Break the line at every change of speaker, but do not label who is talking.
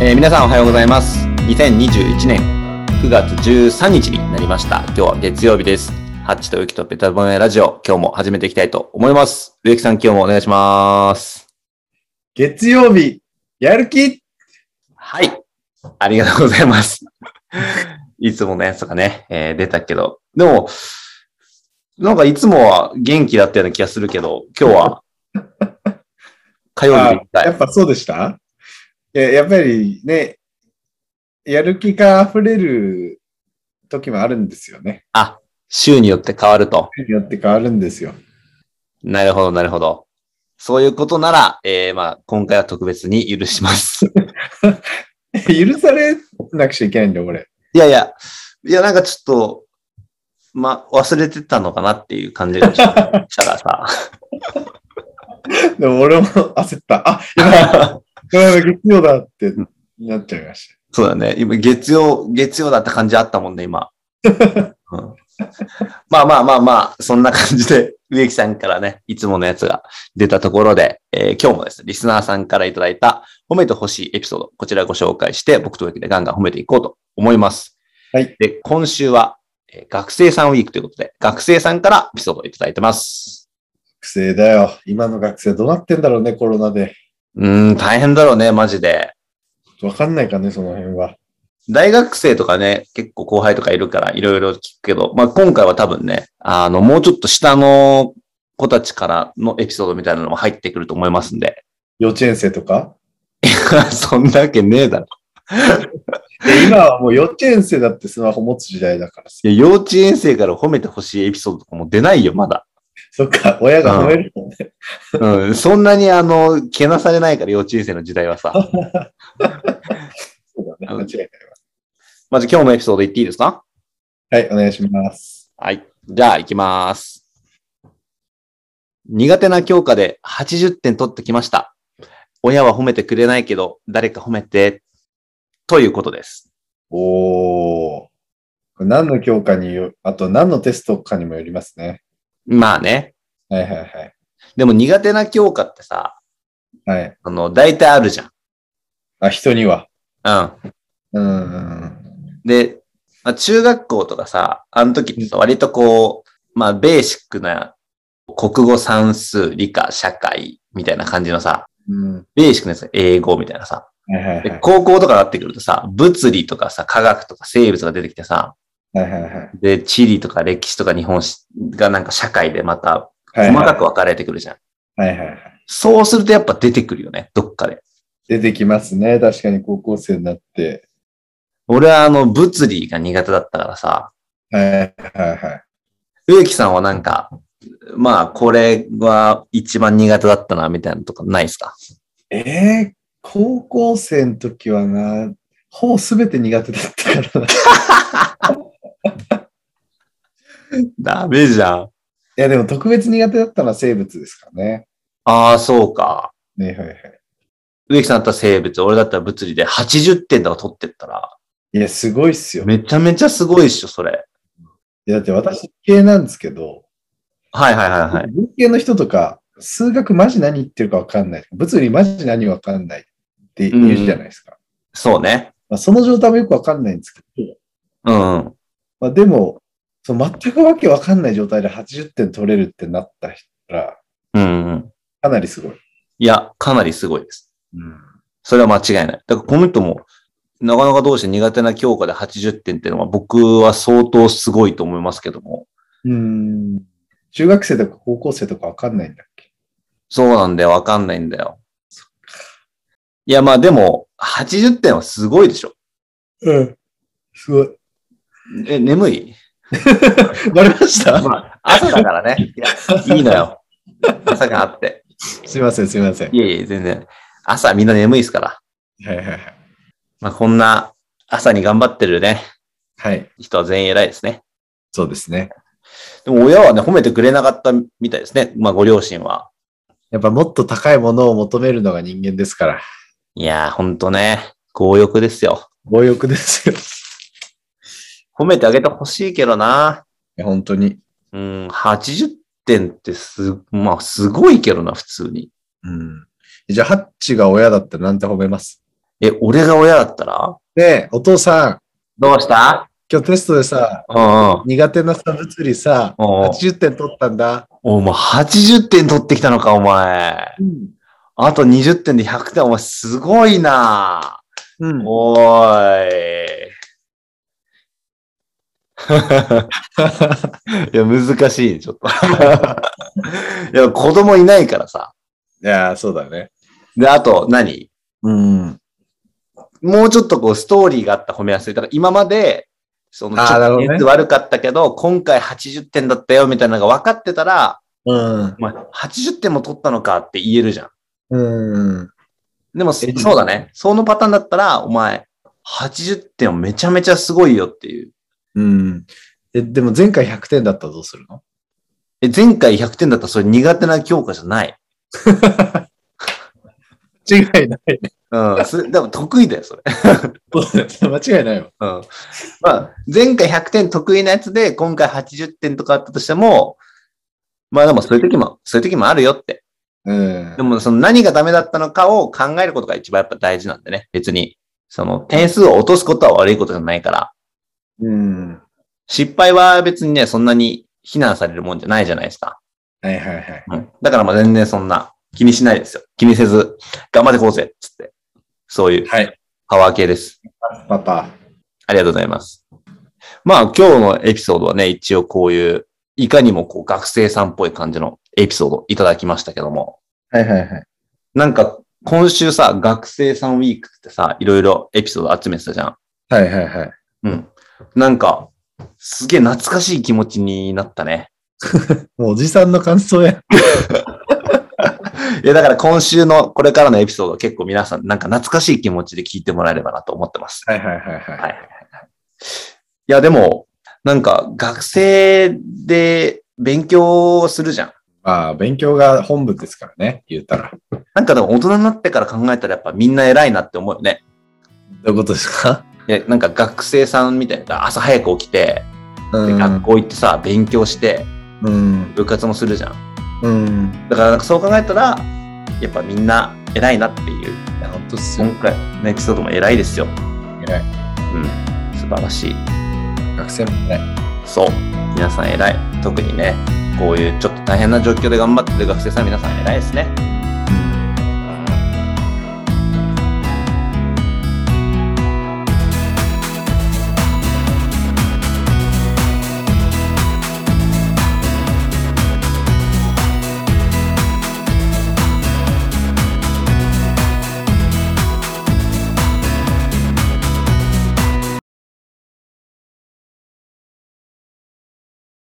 えー皆さんおはようございます。2021年9月13日になりました。今日は月曜日です。ハッチとウキとベタボネラジオ、今日も始めていきたいと思います。植木さん、今日もお願いします。
月曜日、やる気
はい。ありがとうございます。 いつものやつとかね、えー出たけど。でも、なんかいつもは元気だったような気がするけど、今日 は火曜日みた
や
い
っ。ぱそうでしたいややっぱりね、やる気が溢れる時もあるんですよね。
週によって変わると。
によって変わるんですよ。
なるほど、なるほど。そういうことなら、えー、まあ、今回は特別に許します。
許されなくちゃいけないんだよ、これ。
いやいや、いや、なんかちょっと、まあ、忘れてたのかなっていう感じがしたら さ。
でも俺も焦った。あ、やばいやばい月曜だってなっちゃいまし
そうだね。今、月曜、月曜だった感じあったもんね、 今。うんまあまあまあまあ、そんな感じで、植木さんからね、いつものやつが出たところで、えー今日もですね、リスナーさんからいただいた褒めてほしいエピソード、こちらご紹介して、僕と植木でガンガン褒めていこうと思います。
はい。
で、今週は、えー学生さんウィークということで、学生さんからエピソードをいただいてます。
学生だよ。今の学生どうなってんだろうね、コロナで。
うーん、大変だろうね、マジで。
わかんないかね、その辺は。
大学生とかね、結構後輩とかいるからいろいろ聞くけど、まあ今回は多分ね、あの、もうちょっと下の子たちからのエピソードみたいなのも入ってくると思いますんで。
幼稚園生とか
そんなわけねえだろ。
で今はもう幼稚園生だってスマホ持つ時代だからさ。
いや、幼稚園生から褒めてほしいエピソードとかも出ないよ、まだ。
そっか、親が褒めるもんね。
うん、そんなにあの、けなされないから幼稚園生の時代はさ。
そうだ
うん
ね、間違いない。
まず今日のエピソード言っていいですか
はい、お願いします。
はい。じゃあ行きます。苦手な教科で80点取ってきました。親は褒めてくれないけど、誰か褒めて、ということです。
おー。これ何の教科によ、あと何のテストかにもよりますね。
まあね。
はいはいはい。
でも苦手な教科ってさ、
はい。
あの、大体あるじ
あ、人には。
ゃん。う
うんうん
ん。で、まあ、中学校とかさ、あの時ってさ、割とこう、まあ、ベーシックな、国語、算数、理科、社会、みたいな感じのさ、
うん。うん。
ベーシックなやつ、英語みたいなさ、
はいはい
で
はい。
高校とかになってくるとさ、物理とかさ、科学とか生物が出てきてさ、
はいはいはい。
で、地理とか歴史とか日本史がなんか社会でまた
はい
細
はい
かく分かれてくるじゃん。
はいはいはい。
そうするとやっぱ出てくるよね、どっかで。
出てきますね。確かに高校生になって。
俺はあの、物理が苦手だったからさ、
はいはいはい。
植木さんはなんか、まあ、これは一番苦手だったな、みたいなのとかないですか
えー、高校生の時はな、ほぼ全て苦手だったからな。
ダメじゃん。
いやでも特別苦手だったのは生物ですからね。
ああ、そうか。
ねはいはい。
植木さんだったら生物、俺だったら物理で80点とか取ってったら、
いや、すごいっすよ。
めちゃめちゃすごいっしょ、それ。
いやだって私、理系なんですけど、
はいはいはいはい。
文系の人とか、数学マジ何言ってるか分かんない。物理マジ何分かんないって言うじゃないですか。
そうね。
まあ、その状態もよく分かんないんですけど、
うんうん。
まあ、でも、その全くわけ分かんない状態で80点取れるってなった人ら、
うんうん。
かなりすごい。
いや、かなりすごいです。
うん、
それは間違いない。だからこの人も、なかなかどうして苦手な教科で80点っていうのは僕は相当すごいと思いますけども。
ん。中学生とか高校生とか分かんないんだっけ
そうなんだよ。わかんないんだよ。いや、まあでも、80点はすごいでしょ。
うん。すごい。
え、眠い
バレました
まあ、朝だから ね。いや、いいのよ。朝があって。
すいません、すいません。はい
えいえ、全然。朝みんな眠いですから。
いはいはい。
まあこんな朝に頑張ってるね、
はい。
人は全員偉いですね。
そうですね。
でも親はね、褒めてくれなかったみたいですね。まあ、ご両親は。
やっぱもっと高いものを求めるのが人間ですから。
いやー、ほんとね、強欲ですよ。
強欲ですよ。
褒めてあげてほしいけどな。
いや 本当に。
うん、80点ってす、まあ、すごいけどな、普通に。
うん。じゃあ、ハッチが親だったらなんて褒めます
え、俺が親だったら
ねえ、お父さん、
どうした
今日テストでさ、
うんうん。
苦手なさ物理さ、
おう
80点取ったんだ。
お前80点取ってきたのか、お前。
うん。
あと20点で100点、お前すごいな
うん。
おーい。 いや、難しいね、ち ょっと。いや、子供いないからさ。
いやー、そうだね。
で、あと何、
うん。
もうちょっとこう、ストーリーがあった褒めやすい。だから今まで、その、ちょ
あーなるほどね
っと悪かったけど、今回80点だったよ、みたいなのが分かってたら、
うん。
お前、80点も取ったのかって言えるじゃん。
うん。
でも、そ
え
そうだね。そのパターンだったら、お前、80点はめちゃめちゃすごいよっていう。
うん。え、でも前回100点だったらどうするの
え、前回100点だったらそれ苦手な教科じゃない。
違いない。
うん。それ、でも得意だよ、それ。
間違いないよ。
うん。まあ、前回100点得意なやつで、今回80点とかあったとしても、まあでもそういう時も、そういう時もあるよって。
うん
で。も、その何がダメだったのかを考えることが一番やっぱ大事なんでね。別に、その点数を落とすことは悪いことじゃないから、
うん。
失敗は別にね、そんなに非難されるもんじゃないじゃないですか。
はいはいはい。
うん。だからまあ全然そんな気にしないですよ。気にせず、頑張ってこうぜっつって。そういう
はい。
パワー系です。
パパ。
ありがとうございます。まあ今日のエピソードはね、一応こういう、いかにもこう学生さんっぽい感じのエピソードいただきましたけども。
はいはいはい。
なんか今週さ、学生さんウィークってさ、いろいろエピソード集めてたじゃん。
はいはいはい。
うん。なんか、すげえ懐かしい気持ちになったね。
もうおじさんの感想や。
いやだから今週のこれからのエピソード結構皆さんなんか懐かしい気持ちで聞いてもらえればなと思ってます。
はいはいはいはい
いや、でも、なんか、学生で勉強するじゃん。
まあ、勉強が本部ですからね、言ったら。ど
なんかでも、大人になってから考えたら、やっぱみんな偉いなって思うよね。
ういうことですか
いやなんか、学生さんみたいな、朝早く起きて、
う
で学校行ってさ、勉強して、
うん。
部活もするじゃん。
うん。
だから、なんかそう考えたら、やっぱみんな偉いなっていう、
いや、本当っすよ
今。回のエピソードも偉いですよ。
偉い。
うん。素晴らしい。
学生もね。
そう。皆さん偉い。特にね、こういうちょっと大変な状況で頑張ってる学生さん、皆さん偉いですね。